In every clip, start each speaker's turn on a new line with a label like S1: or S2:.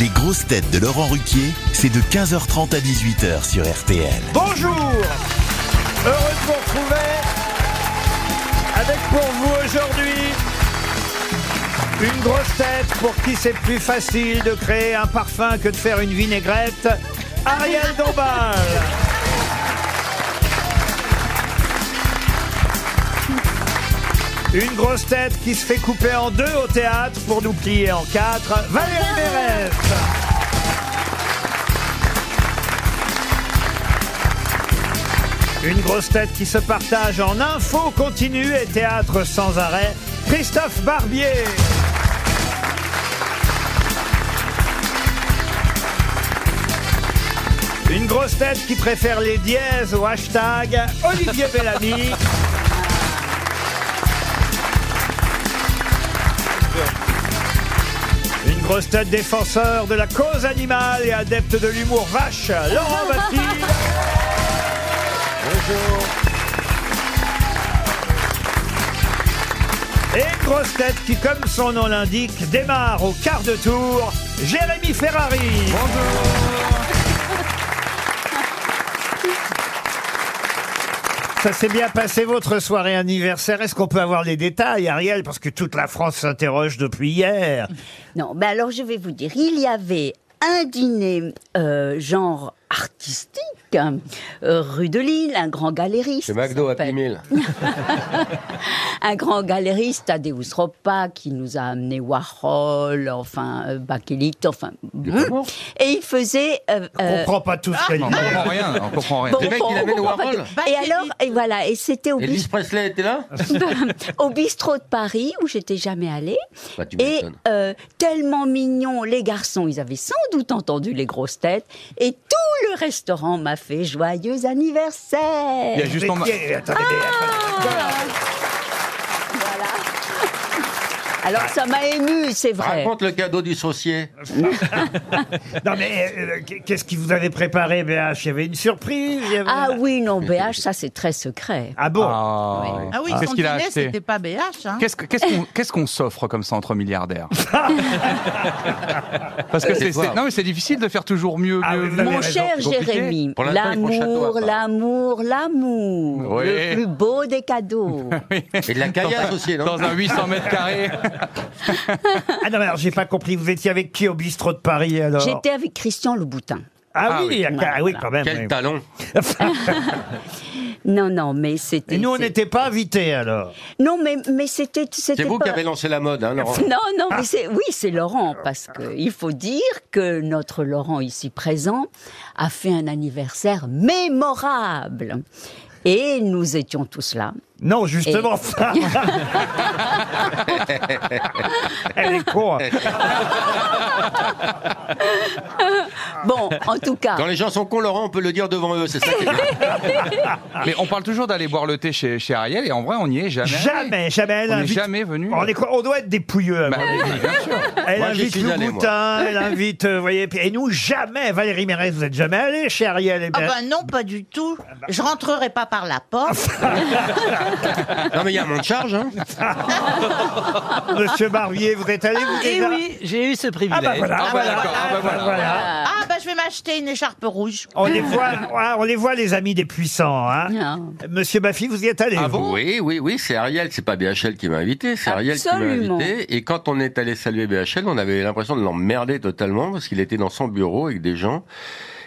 S1: Les grosses têtes de Laurent Ruquier, c'est de 15h30 à 18h sur RTL.
S2: Bonjour Heureux de vous retrouver avec pour vous aujourd'hui une grosse tête pour qui c'est plus facile de créer un parfum que de faire une vinaigrette, Ariel Dombal. Une grosse tête qui se fait couper en deux au théâtre pour nous plier en quatre, Valérie Mérès. Une grosse tête qui se partage en info continue et théâtre sans arrêt, Christophe Barbier. Une grosse tête qui préfère les dièses au hashtag Olivier Bellamy. Une grosse tête défenseur de la cause animale et adepte de l'humour vache, Laurent Bastille. Et une grosse tête qui, comme son nom l'indique, démarre au quart de tour, Jérémy Ferrari. Ça s'est bien passé votre soirée anniversaire. Est-ce qu'on peut avoir les détails, Ariel Parce que toute la France s'interroge depuis hier.
S3: Non, ben alors je vais vous dire, il y avait un dîner euh, genre artistique, hein, euh, rue de Lille, un grand galériste.
S4: C'est McDo à
S3: s'appelle-
S4: 1000.
S3: Un grand galériste, Tadeusz Ropa, qui nous a amené Warhol, enfin euh, Bakelite, enfin.
S4: Mmh.
S3: bon. Et il faisait. euh,
S2: On
S3: euh,
S2: comprend pas tout ce qu'elle
S5: On
S2: dit.
S5: comprend rien, on comprend rien.
S3: bon,
S4: Les mecs,
S3: bon,
S4: il amène
S3: on comprend
S4: Warhol.
S3: pas tout. Et alors, et voilà, et c'était au,
S4: Elvis Presley était là
S3: bist- au bistrot de Paris où j'étais jamais allée.
S4: Bah, tu
S3: Et
S4: m'étonnes.
S3: euh, tellement mignon, les garçons, ils avaient sans doute entendu les grosses têtes. Et tout le restaurant m'a fait joyeux
S5: Il y a
S3: anniversaire.
S5: juste en...
S2: Mais qui- attendez, attendez.
S3: Voilà. Alors ça m'a ému, c'est vrai.
S4: Raconte le cadeau du saucier.
S2: Non mais euh, qu'est-ce qui vous avait préparé, BH Il y avait une surprise il y avait-
S3: Ah oui, non, BH, ça c'est très secret.
S2: Ah bon
S5: Ah.
S6: Ah oui,
S5: Qu'est-ce
S6: son
S5: qu'il a
S6: dîner,
S5: acheté
S6: c'était pas BH. Hein.
S5: Qu'est-ce que- qu'est-ce qu'on qu'est-ce qu'on s'offre comme ça entre milliardaires Parce que
S4: Euh,
S5: c'est
S4: c'est
S5: c'est- non mais c'est difficile de faire toujours mieux.
S2: Ah
S5: mieux,
S2: oui, vous
S5: mieux.
S2: avez
S3: Mon
S2: raison,
S3: cher
S5: c'est compliqué.
S3: Jérémy,
S4: Pour l'instant, ils font château à
S3: l'amour,
S4: part.
S3: l'amour, l'amour,
S5: Ouais.
S3: le plus beau des cadeaux.
S4: Et de la caillasse aussi, non
S5: Dans un 800 mètres carrés.
S2: Ah non mais alors j'ai pas compris. Vous étiez avec qui au bistrot de Paris alors
S3: J'étais avec Christian Louboutin.
S2: Ah,
S5: Ah
S2: oui,
S5: oui.
S2: il y a- ah oui quand même.
S4: Quel
S2: oui.
S4: talon
S3: Non, non, mais
S2: Et
S3: c'était.
S2: nous on
S3: c'est-
S2: n'était pas invités alors.
S3: Non, mais mais c'était
S4: C'est
S3: c'était
S4: vous qui
S3: pas.
S4: avez lancé la mode, hein, Laurent
S3: Non, non, mais c'est, oui, c'est Laurent, parce que il faut dire que notre Laurent ici présent a fait un anniversaire mémorable. Et nous étions tous là.
S2: Non, justement. Elle est con. hein.
S3: Bon, en tout cas,
S4: Quand les gens sont cons, Laurent, on peut le dire devant eux, c'est ça qui est bien.
S5: Mais on parle toujours d'aller boire le thé chez, chez Ariel et en vrai on n'y est jamais.
S2: Jamais, jamais. Elle
S5: On n'est
S2: invite-
S5: jamais venu.
S2: On, est quoi- on doit être des pouilleux. à
S5: Bah,
S2: mon avis.
S5: bien sûr.
S2: Elle
S4: Moi, j'y
S2: invite
S4: suis
S2: le
S4: allé, moi.
S2: Boutin, elle invite, euh, vous voyez, puis- et nous jamais, Valérie Mérez, vous êtes jamais allée chez Ariel et
S6: Ah
S2: Ber-
S6: bah non, pas du tout.
S5: Ah bah.
S6: Je rentrerai pas par la porte.
S4: Non, mais il y a un monde de charge, hein
S2: Monsieur Barbier, vous êtes allé vous
S7: Ah bah Eh
S2: déjà
S7: oui, j'ai eu ce privilège.
S2: Ah bah voilà,
S5: Ah bah d'accord, ah bah voilà.
S2: voilà.
S6: Ah bah je vais m'acheter une écharpe rouge.
S2: On les voit, ah, on les voit les amis des puissants. Hein.
S3: Non.
S7: Ah.
S2: Monsieur Baffy, vous y êtes allé
S5: Ah
S2: vous
S5: bon
S4: Oui, oui, oui, c'est Ariel, c'est pas BHL qui m'a invité, c'est Ariel qui m'a
S3: Absolument.
S4: invité. Et quand on est allé saluer BHL, on avait l'impression de l'emmerder totalement parce qu'il était dans son bureau avec des gens.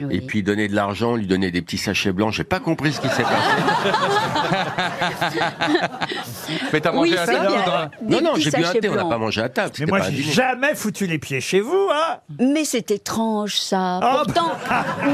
S3: Oui.
S4: Et puis donner de l'argent, lui donner des petits sachets blancs, j'ai pas compris ce qui s'est passé.
S5: Mais t'as mangé
S3: oui,
S5: à
S3: c'est
S5: la
S3: bien.
S5: poudre, hein.
S3: Des
S4: Non, non,
S3: petits
S4: j'ai bu un
S3: sachets
S4: thé, on n'a
S3: blancs.
S4: pas mangé à table.
S2: Mais
S4: c'était
S2: moi,
S4: pas un
S2: j'ai
S4: dîner.
S2: jamais foutu les pieds chez vous. Hein.
S3: Mais c'est étrange
S4: Ah,
S3: ça.
S4: bah.
S2: Oh,
S3: Pourtant,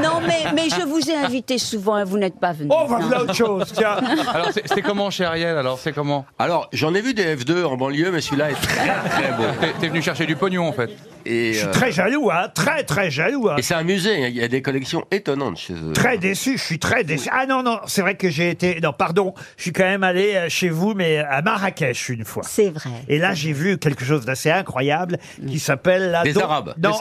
S3: non, mais mais je vous ai invité souvent et vous n'êtes pas venu.
S2: Oh,
S4: bah,
S2: voilà autre chose, tiens.
S4: Euh.
S5: Alors c'est c'est comment chez Ariel Alors c'est comment
S4: Alors, j'en ai vu des F2 en banlieue, mais celui-là est très très beau.
S5: T'es t'es venu chercher du pognon en fait.
S4: Et,
S2: Je suis
S4: euh,
S2: très jaloux, hein. très très jaloux. Hein.
S4: et c'est un musée, il y a des collections étonnantes chez eux.
S2: Très déçu, je suis très déçu. Ah non, non, c'est vrai que j'ai été... Non, pardon, je suis quand même allé euh, chez vous, mais à Marrakech une fois.
S3: C'est vrai.
S2: Et là, j'ai vu quelque chose d'assez incroyable qui s'appelle la...
S4: Des
S2: dom-
S4: Arabes.
S2: Non.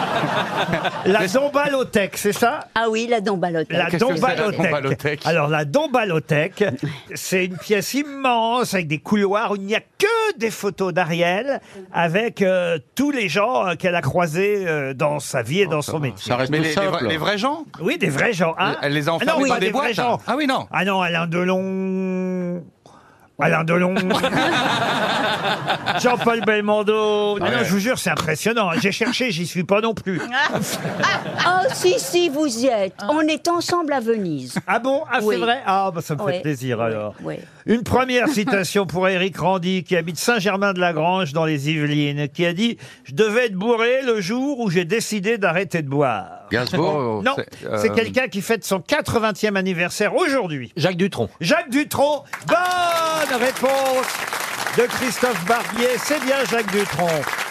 S2: la Dombalothèque, c'est ça
S3: Ah oui, la dombalote.
S2: La
S5: Qu'est-ce que c'est, la
S2: Dombalothèque.
S5: Dombalothèque
S2: Alors, la Dombalothèque, c'est une pièce immense avec des couloirs où il n'y a que des photos d'Ariel avec euh, tous les les gens euh, qu'elle a croisés euh, dans sa vie
S5: Oh,
S2: et dans son métier.
S4: Ça reste
S5: Mais
S4: tout
S5: les, les
S4: simple.
S5: vra- les vrais gens
S2: Oui, des vrais gens. hein.
S5: Elle les a
S2: Ah non,
S5: enfermés dans
S2: pas
S5: des,
S2: des vrais
S5: boîtes
S2: gens.
S5: Ah oui, non.
S2: Ah non, Alain Delon. Alain Delon. Jean-Paul Belmondo. Ah non,
S5: Ouais.
S2: je vous jure, c'est impressionnant. J'ai cherché, j'y suis pas non plus.
S3: Ah si, si, vous y êtes.
S5: Ah.
S3: On est ensemble à Venise.
S2: Ah bon Ah,
S3: Oui.
S2: c'est vrai Ah, bah, ça me fait
S3: Ouais.
S2: plaisir
S3: Ouais.
S2: alors.
S4: Ah.
S3: Ouais.
S2: Une première citation pour Éric Randy, qui habite Saint-Germain-de-la-Grange dans les Yvelines, qui a dit Je devais être bourré le jour où j'ai décidé d'arrêter de boire.
S4: Gainsbourg,
S2: Non,
S5: c'est, euh,
S2: c'est quelqu'un qui fête son 80e anniversaire aujourd'hui.
S7: Jacques Dutronc.
S2: Jacques Dutronc, bonne réponse de Christophe Barbier. C'est bien Jacques Dutronc.